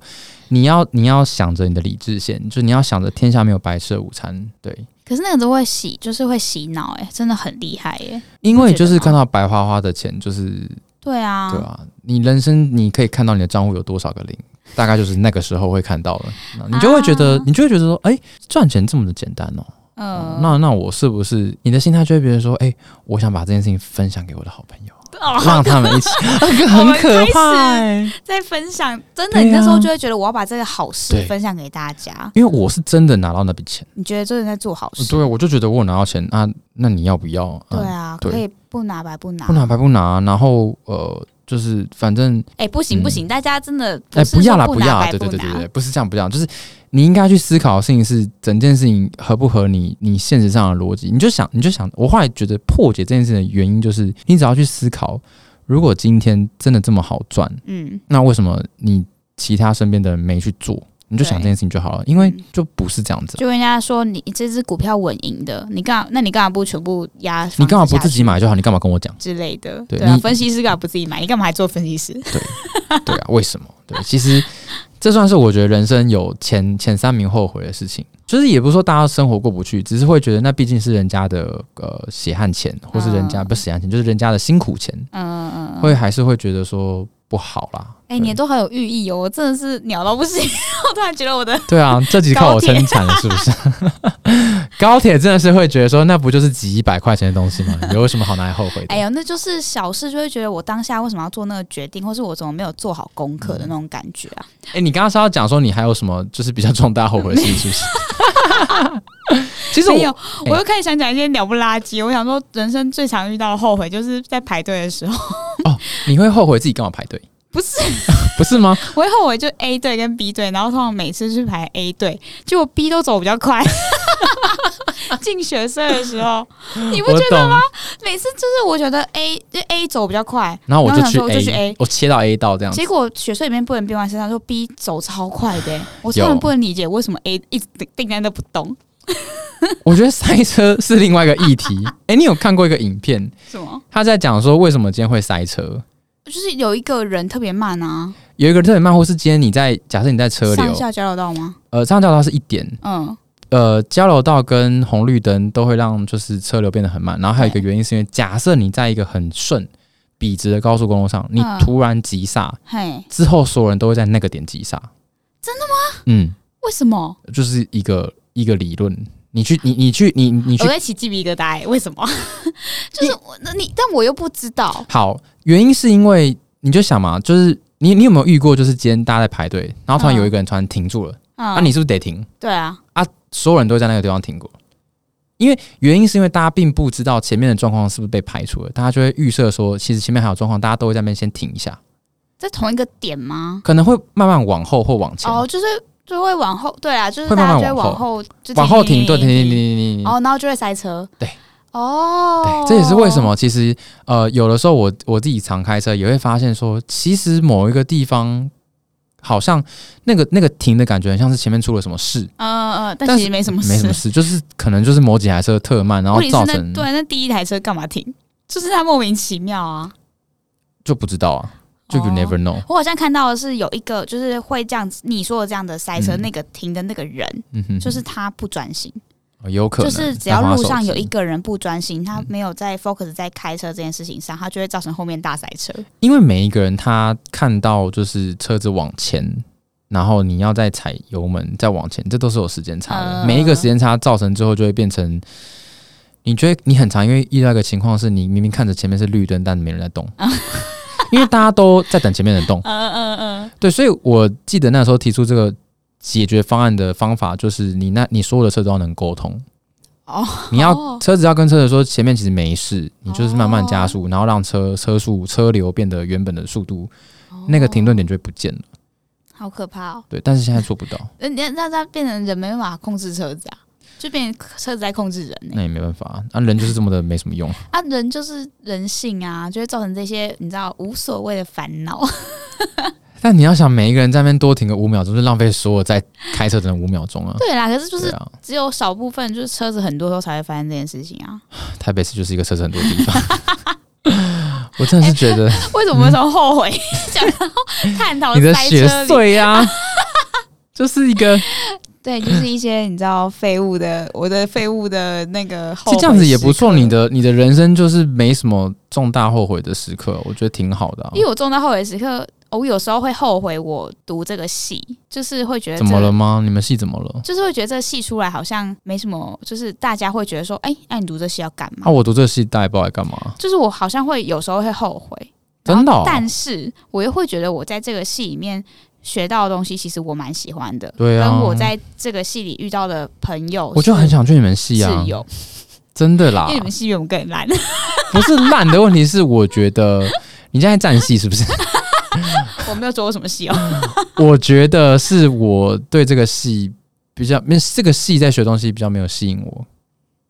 B: 你要你要想着你的理智线，就你要想着天下没有白吃的午餐，对，
A: 可是那个都会洗，就是会洗脑，哎，真的很厉害欸耶、
B: 因为就
A: 你觉得
B: 是
A: 吗
B: 看到白花花的钱，就是
A: 对啊，
B: 对啊，你人生你可以看到你的账户有多少个零，大概就是那个时候会看到了，那你就会觉得，
A: 啊
B: 你就会觉得说，哎、赚钱这么的简单哦、
A: 嗯，
B: 那那我是不是你的心态就会变成说，哎、我想把这件事情分享给我的好朋友，
A: 哦，
B: 让他们一起，
A: 我
B: 很
A: 们
B: 可怕、
A: 开
B: 欸。
A: 在分享，真的，
B: 对啊
A: 你那时候就会觉得我要把这个好事
B: 对啊
A: 分享给大家，
B: 因为我是真的拿到那笔钱，
A: 你觉得真的在做好事，
B: 对，我就觉得我有拿到钱啊，那你要不要？啊
A: 对啊，
B: 对
A: 可以不拿白不拿。
B: 不拿白不拿。啊然后呃，就是反正
A: 哎、不行
B: 嗯
A: 不行，大家真的
B: 哎、
A: 是
B: 不要啦，
A: 说
B: 不
A: 不
B: 要
A: 拿
B: 啦，
A: 白
B: 对
A: 不
B: 对对对
A: 拿
B: 对，不是这样，不是这样，就是你应该去思考的事情是整件事情合不合你你现实上的逻辑。你就想，你就想，我后来觉得破解这件事情的原因就是，你只要去思考，如果今天真的这么好赚，
A: 嗯，
B: 那为什么你其他身边的人没去做？你就想
A: 对
B: 这件事情就好了，因为就不是这样子啊。
A: 就跟人家说你这只股票稳赢的，你干那你干嘛不全部压？？
B: 你干嘛不自己？买就好？你干嘛跟我讲
A: 之类的，
B: 对
A: 对啊，
B: 你
A: 分析师干嘛不自己买？你干嘛还做分析师？
B: 对啊，为什么？对，其实这算是我觉得人生有前前三名后悔的事情，就是也不是说大家生活过不去，只是会觉得那毕竟是人家的呃血汗钱，或是人家、
A: 嗯
B: 不是血汗钱，就是人家的辛苦钱，
A: 嗯嗯嗯。
B: 会还是会觉得说不好啦。
A: 哎、你
B: 对
A: 都很有寓意哦，我真的是鸟到不行， 我突然觉得我的
B: 对啊，这集靠我
A: 高铁
B: 撑惨了，是不是？ 高铁真的是会觉得说，那不就是几百块钱的东西吗？有什么好拿来后悔的？
A: 哎呀，那就是小事，就会觉得我当下为什么要做那个决定，或是我怎么没有做好功课
B: 嗯
A: 的那种感觉啊。
B: 哎、你刚刚是要讲说你还有什么就是比较重大后悔的事，是不是？ 其实
A: 没有
B: 我，哎
A: 我又开始想讲一些鸟不拉几。我想说，人生最常遇到的后悔就是在排队的时候，
B: 你会后悔自己干嘛排队，
A: 不是
B: 不是吗？
A: 我会后悔，就 A 队跟 B 队，然后通常每次去排 A 队，结果 B 都走比较快。 进学生的时候， 你不
B: 我
A: 觉得
B: 懂。
A: 每次就是我觉得 A 就 A 走比较快，
B: 然后我就
A: 想
B: 去
A: 说我
B: A，
A: 就去 A，
B: 我切到 A 道这样子
A: 结。果学生里面不能变换身上，说 B 走超快的欸、我
B: 有
A: 真的不能理解为什么 A 一直定定在那不动，
B: 我觉得塞车是另外一个议题。 哎、你有看过一个影片，
A: 什么？
B: 他在讲说为什么今天会塞车？
A: 就是有一个人特别慢啊，
B: 有一个特别慢，或是今天你在假设你在车
A: 上
B: 流，
A: 下交流道吗？
B: 呃，上交流道是一点，
A: 嗯，
B: 呃，交流道跟红绿灯都会让就是车流变得很慢。然后还有一个
A: 对
B: 原因是因为，假设你在一个很顺笔直的高速公路上，你
A: 嗯
B: 突然急刹，
A: 嘿，
B: 之后所有人都会在那个点急刹。
A: 真
B: 的吗？嗯，
A: 为什么？
B: 就是一个一个理论。你去，你你去，你你去
A: 我在起鸡皮疙瘩欸、为 什么？就是我，那你，但我又不知道。
B: 好，原因是因为你就想嘛，就是你你有没有遇过，就是今天大家在排队，然后突然有一个人突然停住了，
A: 嗯，
B: 啊，你是不是得停？
A: 对啊，
B: 所有人都在那个地方停过，因为原因是因为大家并不知道前面的状况是不是被排除了，大家就会预设说，其实前面还有状况，大家都会在那边先停一下，
A: 在同一个点吗？
B: 可能会慢慢往后或往前，
A: 哦，就是就会往后，对啊，就是
B: 会
A: 大
B: 慢慢
A: 家就会
B: 往
A: 往
B: 后
A: 后，就
B: 往后停，对，停停停停停停。
A: 哦，然后就会塞车。
B: 对，
A: 哦
B: 对，，这也是为什么，其实呃，有的时候我我自己常开车也会发现说，其实某一个地方好像那个那个停的感觉，很像是前面出了什么事，
A: 嗯，嗯嗯，但
B: 但是
A: 其实没什么事，
B: 没什么事，就是可能就是某几台车特慢，然后
A: 问题是
B: 造
A: 那
B: 成
A: 对，那第一台车干嘛停？就是它莫名其妙啊。
B: 就不知道啊，就 you
A: 哦
B: never know，、
A: 我好像看到的是有一个，就是会这样子，你说的这样的塞车，
B: 嗯
A: 那个停的那个人，
B: 嗯哼，
A: 就是他不专心，
B: 哦有可
A: 就
B: 能
A: 是只
B: 在
A: 要
B: 滑
A: 路
B: 手
A: 上
B: 机嗯
A: 有一个人不专心，他没有在 focus 在开车这件事情上，他就会造成后面大塞车。
B: 因为每一个人他看到就是车子往前，然后你要再踩油门再往前，这都是有时间差的。
A: 嗯
B: 每一个时间差造成之后，就会变成，你觉得你很常因为遇到一个情况是你明明看着前面是绿灯，但没人在动。因为大家都在等前面的人动，
A: 嗯嗯嗯，
B: 对，所以我记得那时候提出这个解决方案的方法，就是你那你所有的车都要能沟通，
A: 哦，哦
B: 你要车子要跟车子说前面其实没事，你就是慢慢加速，然后让车车速车流变得原本的速度，
A: 嗯哦
B: 那个停顿点就会不见了。
A: 好可怕哦！呃
B: 对，但是现在 做不到，
A: 人家让他变成人没办法控制车子啊，就变成车子在控制人呢、
B: 那也没办法啊，人就是这么的没什么用。
A: 啊，人就是人性啊，就会造成这些你知道无所谓的烦恼。
B: 嗯但你要想，每一个人在那边多停个五秒钟，就浪费所有在开车的人五秒钟啊。
A: 对啦，可是就
B: 对
A: 是
B: 啊，
A: 只有少部分，就是车子很多时候才会发生这件事情啊。
B: 台北市就是一个车子很多的地方。 我真的是觉得
A: 为什么会从后悔 讲到探讨
B: 嗯你的
A: 塞
B: 血
A: 车里？
B: 碎 呀、就是一个，
A: 对，就是一些你知道废物的，我的废物的那个后
B: 就
A: 悔
B: 这样子也不
A: 时
B: 错。
A: 刻
B: 你，的你的人生就是没什么重大后悔的时刻，我觉得挺好的、啊。
A: 因为我重到后悔时刻，我有时候会后悔我读这个系，就是会觉得
B: 怎
A: 这
B: 么
A: 个
B: 了吗？你们系怎么了？
A: 就是会觉得这戏出来好像没什么，就是大家会觉得说，哎、那、你读这戏要干嘛？
B: 啊，我读这个系大家也不知道来干嘛？
A: 就是我好像会有时候会后悔，
B: 真的、哦
A: 然后？但是我又会觉得我在这个戏里面学到的东西，其实我蛮喜欢的。
B: 对啊
A: 跟我在这个戏里遇到的朋友，
B: 我就很想去你们系啊
A: 是，有，
B: 真的啦
A: 因为，你们戏比我们更 烂。
B: 不是烂的问题，是我 觉得你现在占系是不是？
A: 我没有做过什么戏哦。
B: 我觉得是我对这个系比较，没这个系在学东西比较没有吸引我。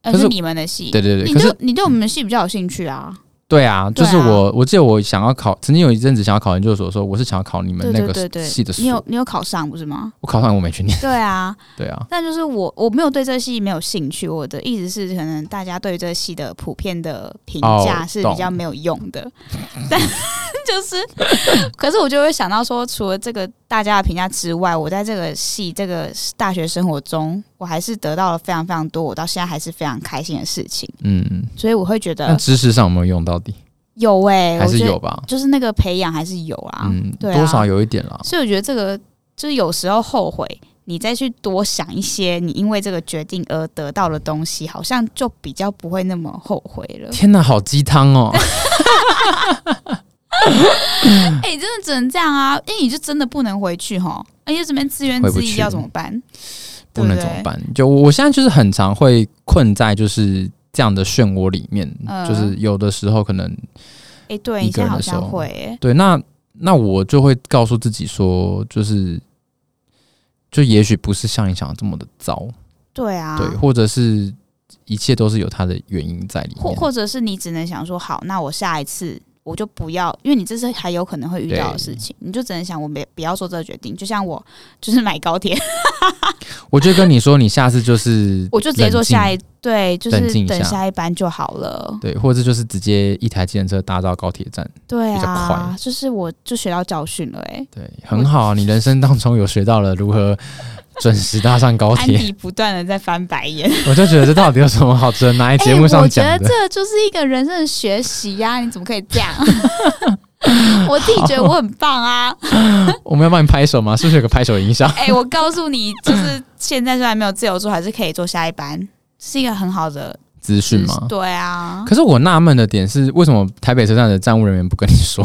A: 呃
B: 可是
A: 是你们的戏，
B: 对对对，
A: 你
B: 可是
A: 对你对我们的戏比较有兴趣啊。
B: 对啊，就是
A: 对啊
B: 我，我记得我想要考，曾经有一阵子想要考研究所的时候，我是想要考你们
A: 对
B: 那
A: 对对
B: 个系的
A: 对，
B: 所
A: 你，有你有考上不是吗？
B: 我考上我没去念。
A: 对啊，
B: 对啊，
A: 但就是我我没有对这戏没有兴趣，我的意思是，可能大家对这戏的普遍的评价
B: 哦
A: 是
B: 懂
A: 比较没有用的， 但就是，可是我就会想到说，除了这个大家的评价之外，我在这个戏这个大学生活中，我还是得到了非常非常多，我到现在还是非常开心的事情，
B: 嗯，
A: 所以我会觉
B: 那
A: 得
B: 知识上有没有用到底？
A: 有哎、
B: 还
A: 我
B: 是
A: 觉得
B: 有吧？
A: 就是那个培养还是有啊，
B: 嗯，
A: 对啊
B: 多少有一点 啦。
A: 所以我觉得这个就是有时候后悔，你再去多想一些你因为这个决定而得到的东西，好像就比较不会那么后悔 了。
B: 天哪，好鸡 汤哦！
A: 哎、真的只能这样啊，因为你就真的不能回去哈，而且这边自怨
B: 回不
A: 自艾
B: 去
A: 要怎么办？
B: 不能
A: 对
B: 怎
A: 不对
B: 么办？就我我现在就是很常会困在就是这样的漩涡里面，
A: 嗯
B: 就是有的时候可能
A: 哎、对，
B: 一
A: 你
B: 个
A: 现在
B: 人
A: 好
B: 的时候
A: 像会、欸，
B: 对，那那我就会告诉自己说，就是就也许不是像你想的这么的糟，
A: 对啊，
B: 对，或者是一切都是有它的原因在里
A: 或
B: 面。
A: 或者是你只能想说，好，那我下一次。我就不要，因为你这是还有可能会遇到的
B: 对
A: 事情，你就只能想我没不要做这个决定。就像我就是买高 铁，
B: 我就跟你说，你下次就是
A: 我就直接做
B: 冷静
A: 下一对，就
B: 冷静
A: 是
B: 一
A: 等
B: 下
A: 下一班就好了。
B: 对，或者就是直接一台计程车搭到高铁站，
A: 对
B: 比较
A: 啊
B: 快，
A: 就是我就学到教训了哎、
B: 对，很好啊，你人生当中有学到了如何准时搭上高
A: 安
B: 铁。
A: 迪不断的在翻白眼。
B: 我就觉得这到底有什么好值得拿来 节目
A: 哎我
B: 上
A: 觉
B: 讲
A: 得
B: 的？
A: 这就是一个人生的学习呀、你怎么可以这样？ 我自己觉得我很棒 啊！
B: 我们要帮你拍手吗？是不是有个拍手影响？
A: 哎、我告诉你，就是现在虽然没有自由做，还是可以做下一班，是一个很好的
B: 资讯
A: 知识
B: 吗？
A: 对啊，
B: 可是我纳闷的点是，为什么台北车站的站务人员不跟你说？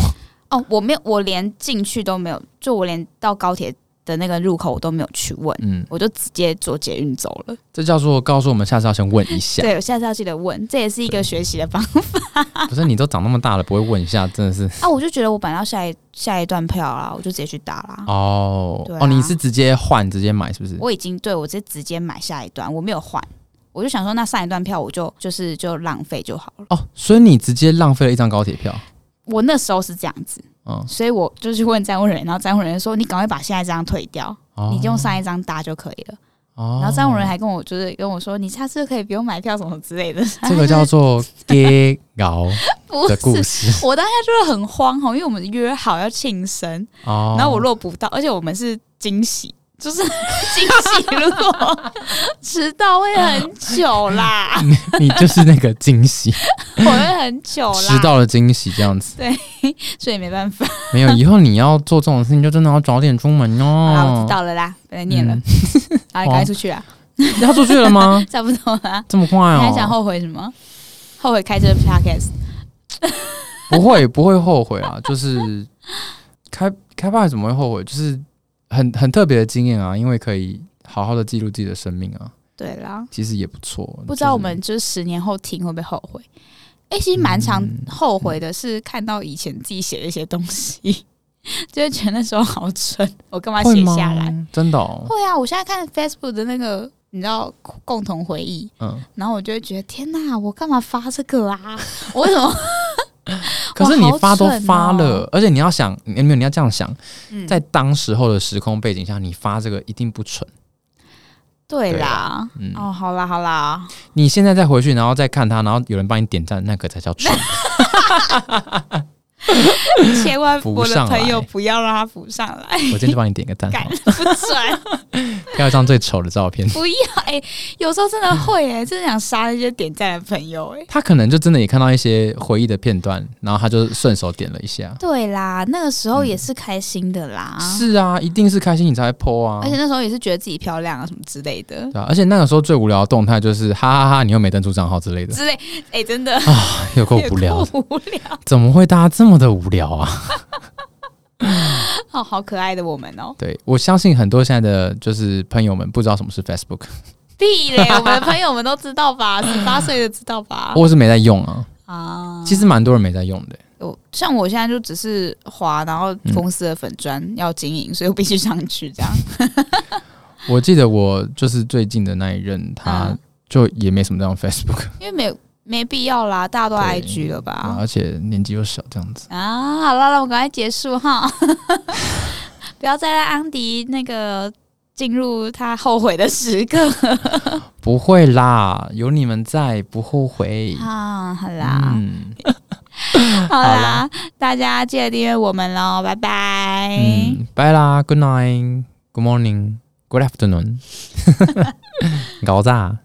A: 哦，我没有，我连进去都没有，就我连到高铁的那个入口我都没有去问，
B: 嗯，
A: 我就直接坐捷运走了。
B: 这叫做告诉我们下次要先问一下。
A: 对，我下次要记得问，这也是一个学习的方法
B: 不是你都长那么大了，不会问一下，真的是
A: 啊！我就觉得我本来要下一下一段票啦，我就直接去打啦。
B: 哦、
A: 对啊
B: 哦，你是直接换直接买是不是？
A: 我已经对我直接直接买下一段，我没有换，我就想说那上一段票我就就是就浪费就好了。
B: 哦，所以你直接浪费了一张高铁票。
A: 我那时候是这样子，
B: 嗯，
A: 所以我就去问站务人员，然后站务人员说你赶快把下一张退掉，
B: 哦
A: 你就用上一张搭就可以了。
B: 哦
A: 然后站务人员还跟我就是跟我说你下次可以不用买票什么之类的，
B: 这个叫做 gay 熬
A: 不
B: 的故
A: 是。
B: 事
A: 我当下就是很慌吼，因为我们约好要庆生，
B: 哦。
A: 然后我落不到，而且我们是惊喜，就是惊喜，如果迟到会很久 啦，
B: 你就是那个 惊喜，
A: 我会很久啦，
B: 迟，到了惊喜这样子。
A: 所以没办法。
B: 没有，以后你要做这种事情，就真的要早点出门
A: 好啦，
B: 哦。嗯
A: 我知道了啦，不能念了，好，你赶快出去啦，？
B: 要出去了吗
A: 差不多啦。
B: 这么快
A: 你
B: 哦？
A: 还想后悔什么？后悔开这个 podcast？
B: 不会不会后悔啊，就是 开开派怎么会后悔？就是很很特别的经验啊，因为可以好好的记录自己的生命啊，
A: 对啦，
B: 其实也不错。
A: 不知道
B: 就是
A: 我们就是十年后听会不会后悔？哎、其实蛮常
B: 嗯
A: 后悔的是看到以前自己写的一些东西， 就会觉得那时候好蠢，我干嘛
B: 会
A: 写
B: 吗
A: 下来？，
B: 真的、哦，
A: 会啊，我现在看 Facebook 的那个，你知道共同回忆，
B: 嗯。
A: 然后我就会觉得天哪，我干嘛发这个 啊？我为什么？
B: 可是你发都
A: 好蠢哦
B: 发了，而且你要想，你没有你要这样想，
A: 嗯
B: 在当时候的时空背景下，你发这个一定不蠢。
A: 对
B: 对
A: 啦，
B: 嗯，
A: 哦，好啦好啦，
B: 你现在再回去，然后再看它，然后有人帮你点赞，那个才叫蠢。
A: 千万
B: 浮
A: 我的
B: 上
A: 朋友
B: 来
A: 不要让他浮上来，
B: 我今天就帮你点个赞好
A: 敢
B: 了，
A: 不 准
B: 要一张最丑的照片。
A: 不要！哎、有时候真的会哎、真的想杀那些点赞的朋友哎、
B: 他可能就真的也看到一些回忆的片段，然后他就顺手点了一下。
A: 对啦，那个时候也是开心的啦，
B: 是啊，一定是开心你才会 PO 啊。
A: 而且那时候也是觉得自己漂亮啊什么之类的，
B: 对啊，而且那个时候最无聊的动态就是哈哈哈你又没登出账号之类的，
A: 之类 哎、真的
B: 有够无聊
A: 有，够无聊，
B: 怎么会大家这么的无聊啊？
A: 哦，好可爱的我们哦，
B: 对我相信很多现在的就是朋友们不知道什么是 Facebook，、
A: 屁 嘞，我们的朋友们都知道吧，十八岁的知道吧？
B: 我是没在用啊，
A: 啊，
B: 其实蛮多人没在用的、
A: 我像我现在就只是滑，然后
B: 嗯
A: 公司的粉砖要经营，所以我必须上去这样。
B: 我记得我就是最近的那一任，他
A: 嗯
B: 就也没什么在用 Facebook，、
A: 因为没没必要啦，大家都
B: 对
A: IG 了
B: 啊、
A: 吧？
B: 而且年纪又小这样子。
A: 啊，好了，那我们赶快结束哈， 不要再让安迪那个进入他后悔的时刻
B: 嗯不会啦，有你们在，不后悔。
A: 啊！好啦，
B: 嗯
A: 好
B: 好
A: 啦
B: 啦，
A: 大家记得订阅我们喽，拜拜。
B: 嗯，拜啦，Good night，Good morning，Good afternoon，搞炸。